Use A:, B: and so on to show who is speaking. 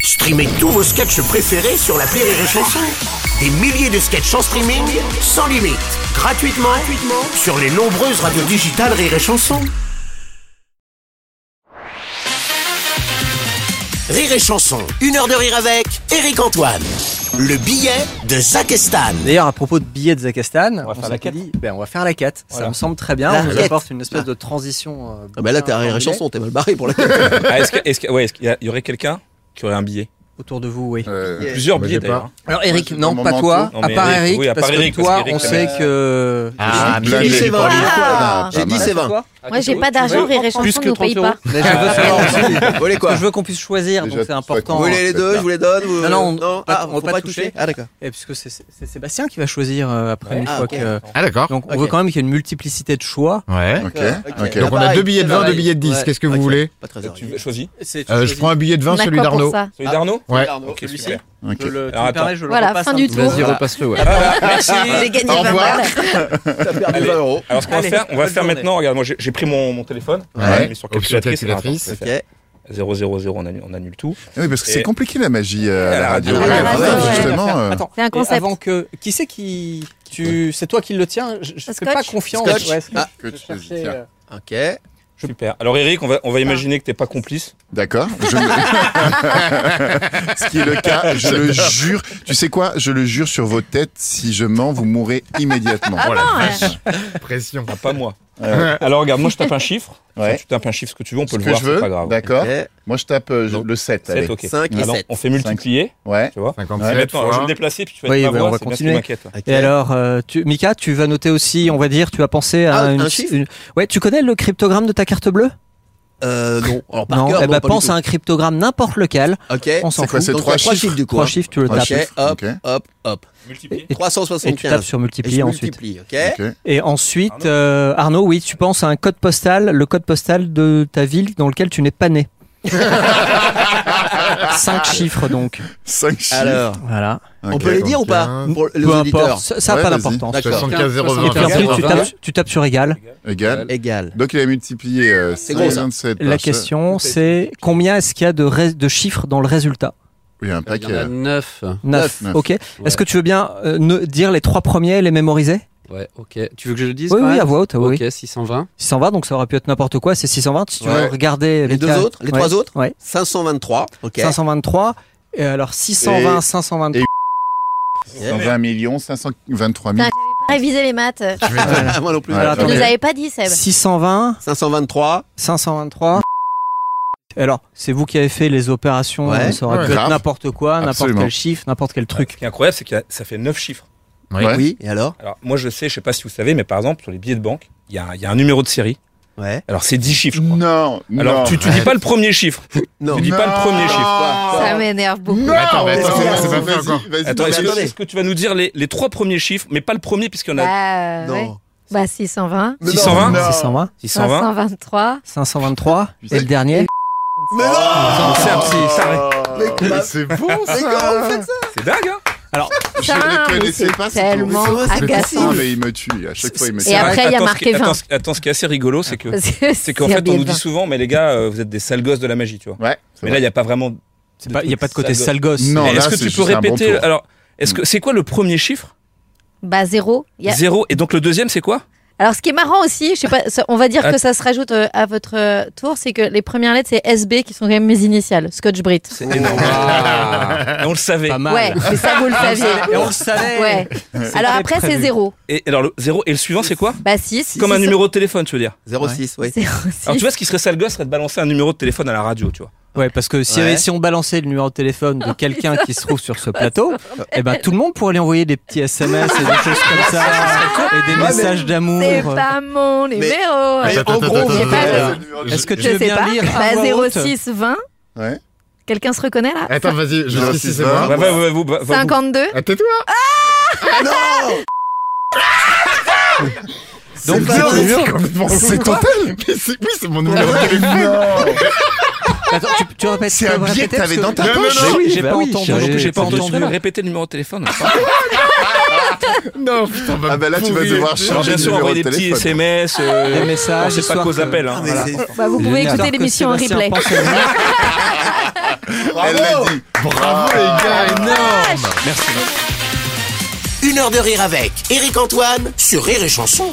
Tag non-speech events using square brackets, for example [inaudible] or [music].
A: Streamez tous vos sketchs préférés sur la Rire et Chanson. Des milliers de sketchs en streaming, sans limite, gratuitement, gratuitement sur les nombreuses radios digitales Rire et Chanson. Rire et Chanson, une heure de rire avec Eric Antoine. Le billet de Zach Estan.
B: D'ailleurs, à propos de billets de Zakastan, on,
C: faire la
B: s'était
C: quête.
B: dit, ben, on va faire la quête. Ça
C: Voilà.
B: me semble très bien.
D: La
B: on nous
D: quête.
B: apporte une espèce de transition. euh,
D: Ah bah là,
B: bien
D: t'as rire et
B: formulée.
D: chanson, t'es mal barré pour la
C: Ah, est-ce que- est-ce que- ouais, est-ce qu'il y, a- il y aurait quelqu'un qui aurait un billet
B: Autour de vous, oui.
E: Euh,
C: Plusieurs
E: Moi,
C: billets
E: j'ai
C: d'ailleurs. hein.
B: Alors, Eric,
E: c'est
B: non,
E: mon
B: pas
E: manteau.
B: toi.
C: Non,
B: à
C: mais
B: part
C: Eric,
B: Eric,
C: oui, à
B: parce
C: part Eric,
B: que toi,
C: parce qu'Eric,
B: on
C: c'est-
B: sait que. euh,
D: Ah,
E: mais il est pas lié.
F: Ah.
D: J'ai dit c'est 20.
F: Moi, j'ai pas d'argent, Rire et Chanson ne paye pas.
B: Mais je veux faire-
D: [laughs] Vous voulez
B: parce que
D: quoi
B: je veux qu'on puisse choisir,
E: Déjà,
B: donc c'est
E: ça
B: important.
D: Vous
E: compte.
D: voulez les deux, je vous les donne vous...
B: Non, non, on- pas-
D: ah,
B: on
D: faut
B: va pas toucher.
D: Ah d'accord.
B: Et puisque c'est c'est Sébastien qui va choisir euh, après une
D: Ah,
B: fois
D: ok.
B: que.
G: Ah d'accord.
B: Donc, on
D: Ok.
B: veut quand même qu'il y ait une multiplicité de choix.
G: Ouais.
E: Ok,
D: Ah, Ok.
E: ok.
G: Donc on a
D: Pareil,
G: deux billets de 20,
D: pareil.
G: deux billets de 10.
B: Ouais.
G: Qu'est-ce que
D: Ok.
G: vous voulez
D: Pas très
C: Tu choisis
B: Ah.
G: Euh, Je prends un billet de 20,
F: On a
G: celui
F: quoi pour
G: d'Arnaud.
F: ça
C: Celui d'Arnaud
G: Ouais.
C: Ok, super.
E: ok.
B: Je le, tu
C: Alors,
B: me
C: attends.
B: permets, je le
F: Voilà,
B: repasse
F: fin
B: un
F: du
B: petit
F: tour.
B: peu.
F: Vas-y,
G: repasse-le. Ouais.
C: Ah, bah, Merci.
F: J'ai gagné
D: Au
F: pas
D: revoir.
F: mal.
D: T'as perdu
C: Allez.
D: 20 euros.
C: Alors ce qu'on va
B: Allez,
C: faire, on va
B: bonne
C: faire
B: journée.
C: maintenant, regarde, moi j'ai j'ai pris mon, mon téléphone.
D: Ouais.
C: On l'a mis sur
G: Option
C: calculatrice.
G: calculatrice.
C: on va
D: Ok.
C: faire 0, 0, 0, on annule, on annule tout.
E: Ah Oui, parce que
C: Et-
E: c'est compliqué la magie euh, à la radio.
D: Ah,
E: Ouais,
D: la radio,
E: voilà,
D: ouais.
E: Justement, euh,
C: Oh,
B: Attends,
F: C'est un
B: et
F: concept.
B: Avant que, qui c'est qui, tu, c'est toi qui le tiens. Je, je fais
F: Scotch
B: pas confiance.
D: Scotch.
B: Ouais, Scotch.
D: Ah,
E: que
B: Je
E: tu choisis,
B: cherchais,
E: tiens.
B: euh,
D: Ok.
C: Super. Alors Eric, on va, on va imaginer que t'es pas complice.
E: D'accord. je ne- [laughs] Ce qui est le cas, je le jure. Tu sais quoi Je le jure sur vos têtes, si je mens, vous mourrez immédiatement.
C: Oh,
F: Ah
G: Voilà.
F: bon ouais.
E: [laughs]
G: Pression.
C: Ah, pas moi. Euh, alors regarde, moi je tape un chiffre.
E: Ouais.
C: Tu tapes un chiffre ce que tu veux, on peut
E: Ce
C: le
E: que
C: voir,
E: je
C: c'est pas
E: veux.
C: grave.
E: D'accord.
D: Ok.
E: Moi, je tape euh, je-
C: Donc,
E: le 7.
C: Sept,
E: allez.
C: ok.
D: 5 et
C: Alors,
D: 7.
C: on fait multiplier,
E: Ouais.
C: tu vois.
E: Ouais.
G: 57
C: Maintenant, alors, je vais me
G: fois.
C: déplacer, puis tu vas
B: Oui,
C: être ma
E: bah,
B: ben, on va
C: voix, c'est bien ce qui
B: continuer.
C: m'inquiète.
D: Ok.
B: Et alors, euh, tu, Mika, tu vas noter aussi, on va dire, tu vas penser à
D: Ah,
B: une,
D: un chiffre
B: une- Ouais, tu connais le cryptogramme de ta carte bleue
D: Euh, non. Alors par
B: Non.
D: cœur,
B: eh ben,
D: pas du
B: pense
D: tout.
B: à un cryptogramme n'importe lequel.
D: Ok.
B: On s'en
E: C'est quoi,
B: fout.
E: c'est
D: Donc, il
E: trois
D: y a trois
E: chiffres
D: chiffres du coup. hein.
B: Trois chiffres, tu le
E: Trois
B: tapes.
D: Ok. Hop,
E: Ok.
D: hop, hop.
C: Multiplier.
B: Et-
D: 375.
B: Et tu tapes sur
D: Et je
B: multiplier ensuite.
D: multiplie, ok.
E: Ok.
B: Et ensuite, euh, Arnaud, oui, tu penses à un code postal, le code postal de ta ville dans lequel tu n'es pas
D: [laughs]
B: né. Cinq chiffres donc.
E: 5 chiffres.
D: Alors,
B: Voilà.
D: on peut les dire ou pas
G: quinze.
D: pour les
B: Peu
D: auditeurs
B: importe, ça ça a
E: Ouais,
B: pas
E: vas-y.
B: d'importance.
D: D'accord.
G: 75 0
B: Et puis
G: 20.
B: ensuite, tu tapes, tu tapes sur égal.
E: Égal.
D: Égal.
E: Donc, il a multiplié euh,
D: C'est gros, ça.
E: 57 par
B: La
E: ce-
B: question, c'est combien est-ce qu'il y a de, rés- de chiffres dans le résultat
E: Il y a un
H: Il y en a
E: paquet.
H: 9.
B: Neuf.
E: Neuf.
B: Ok. Est-ce que tu veux bien euh, ne- dire les trois premiers et les mémoriser
H: Ouais, ok. Tu veux que je le dise
B: Oui,
H: quand
B: oui,
H: même
B: à voix haute. Oui.
H: Ok, 620.
B: 620, donc ça aurait pu être n'importe quoi. C'est 620. Si tu veux
E: Ouais.
B: regarder
D: Les
B: Mika-
D: deux autres Les
B: Ouais.
D: trois autres
B: Ouais.
D: 523. Ok.
B: 523. Et alors 620, 523.
C: Eh,
D: Ouais.
E: 120 millions, 523 000.
F: Putain, Pas réviser les maths. Tu
D: Moi non plus.
B: Alors,
F: nous
B: attendez.
F: avais pas dit,
B: Eh ben.
F: Seb.
B: 620,
D: 523.
B: 523. Et Alors, c'est vous qui avez fait les opérations,
D: Ouais.
B: ça aurait
G: Ouais.
B: pu être
E: Grave.
B: n'importe quoi, n'importe
E: Absolument.
B: quel chiffre, n'importe quel
C: Ce
B: truc.
C: qui est incroyable, c'est que ça fait 9 chiffres.
E: Ouais.
D: Oui, et alors
C: Alors moi je sais, je sais pas si vous savez, mais par exemple sur les billets de banque, il y, a un- il y a un numéro de série.
D: Ouais.
C: Alors c'est 10 chiffres je crois.
E: Non,
C: Alors
E: non.
C: tu, tu dis pas le premier chiffre.
D: Non.
C: Tu dis pas le premier chiffre.
F: Ça m'énerve beaucoup.
E: Non,
G: Attends, mais attends,
E: vas-y,
G: c'est pas fait
E: vas-y,
G: encore.
E: vas-y,
C: Attends, est-ce
E: vas-y.
C: que, est-ce que tu vas nous dire les, les trois premiers chiffres, mais pas le premier puisqu'il y en a
F: Bah, ouais.
D: Non.
F: Bah, 620,
D: Mais non,
C: 620.
D: non.
B: 620,
C: 620.
F: 523.
B: 523,
E: Putain.
B: et le dernier
D: Mais non
C: C'est un petit- c'est un-
D: Mais
G: C'est bon
D: Mais comment vous faites ça
C: c'est dingue hein
E: Je
F: Putain,
E: ne
F: mais
E: connaissais
F: c'est
E: pas ce
F: tellement
E: tour.
D: C'est
F: agaçant.
E: Non, mais il me tue, à chaque fois il me tue.
F: Et après, il y a
C: Attends, ce
F: marqué
C: qui- attends,
F: 20.
C: ce- Attends, ce qui est assez rigolo, c'est que c'est
F: C'est
C: qu'en fait on nous dit souvent, mais les gars, euh, vous êtes des sales gosses de la magie, tu vois.
E: Ouais, c'est
C: Mais
E: vrai.
C: là il y a pas vraiment.
B: Il n'y a pas de côté
C: sale
B: sale gosse.
E: Non,
C: Mais
E: là,
C: Est-ce que
E: c'est
C: tu peux
E: juste un bon
C: répéter
E: tour. Mm.
C: Alors, est-ce que c'est quoi le premier chiffre
F: Bah, zéro. Il y a-
C: Zéro. Et donc le deuxième, c'est quoi
F: Alors, ce qui est marrant aussi, je sais pas, ça- on va dire que ça se rajoute euh, à votre euh, tour, c'est que les premières lettres, c'est SB qui sont quand même mes initiales. Scotch Brit.
C: C'est énorme.
E: Ah,
C: Et On le savait.
B: Pas mal.
F: Ouais, mais
C: [laughs]
F: ça, vous le
B: Et on
F: saviez.
B: le savait.
F: Ouais. Alors après, c'est
B: prévu.
F: zéro.
C: Et alors le zéro et le suivant, c'est quoi
F: Bah, 6.
C: Comme un numéro de téléphone, tu veux dire
D: 06, oui.
C: Alors tu vois, ce qui serait sale gosse serait de balancer un numéro de téléphone à la radio, tu vois.
B: Ouais, parce que si,
D: Ouais.
B: si on balançait le numéro de téléphone
F: Ah,
B: de quelqu'un qui se trouve sur ce
F: [laughs]
B: plateau, eh ben, tout le monde pourrait lui envoyer des petits SMS et des choses comme ça, et des messages d'amour.
F: Ah, C'est pas mon numéro.
G: Mais en gros,
F: j'ai pas le-
B: Est-ce que tu
F: Je
B: veux
F: sais
B: bien
F: pas.
B: lire à voix
F: Bah,
B: haute
F: 06 20.
E: Ouais.
F: Quelqu'un se reconnaît là
G: Attends, vas-y, je
E: Non,
G: sais si
E: c'est
G: c'est
E: ça.
G: moi.
C: Bah, bah, bah, vous- bah, bah, vous-
F: 52.
G: Ah, tais-toi
B: Donc,
G: C'est
B: c'est
G: complètement fou.
B: Bah,
E: C'est ton
C: [laughs]
G: Mais c'est- Oui, c'est mon numéro de téléphone.
B: Attends, tu, tu répètes.
E: C'est
B: tu
E: un
B: peux
E: billet
B: répéter
E: que t'avais
B: parce
E: dans ta
G: Non, non,
E: poche.
G: non.
B: Oui,
H: J'ai
B: bah
H: pas
B: oui,
H: entendu.
B: j'ai-
H: donc
B: j'ai
H: J'ai pas
B: pas
H: entendu.
B: entendu.
H: Répétez le numéro de téléphone.
G: Non, putain, on va
E: Ah bah là, tu vas
G: pourrir.
E: devoir
C: Alors,
E: changer
C: bien
E: de
C: sûr,
E: numéro
C: envoyer
E: de
C: des petits
E: téléphone.
C: SMS. euh,
B: Des messages,
C: on sait pas
B: histoire
C: qu'aux
B: que-
C: appels. hein, voilà.
F: Bah, vous pouvez
B: Génial.
F: écouter
B: Alors que
F: l'émission en
B: Sébastien
F: replay.
B: pense à nous.
E: Elle l'a dit.
G: Bravo les gars,
E: Ah.
G: énorme
A: Une heure de rire avec Eric Antoine sur Rire et Chanson.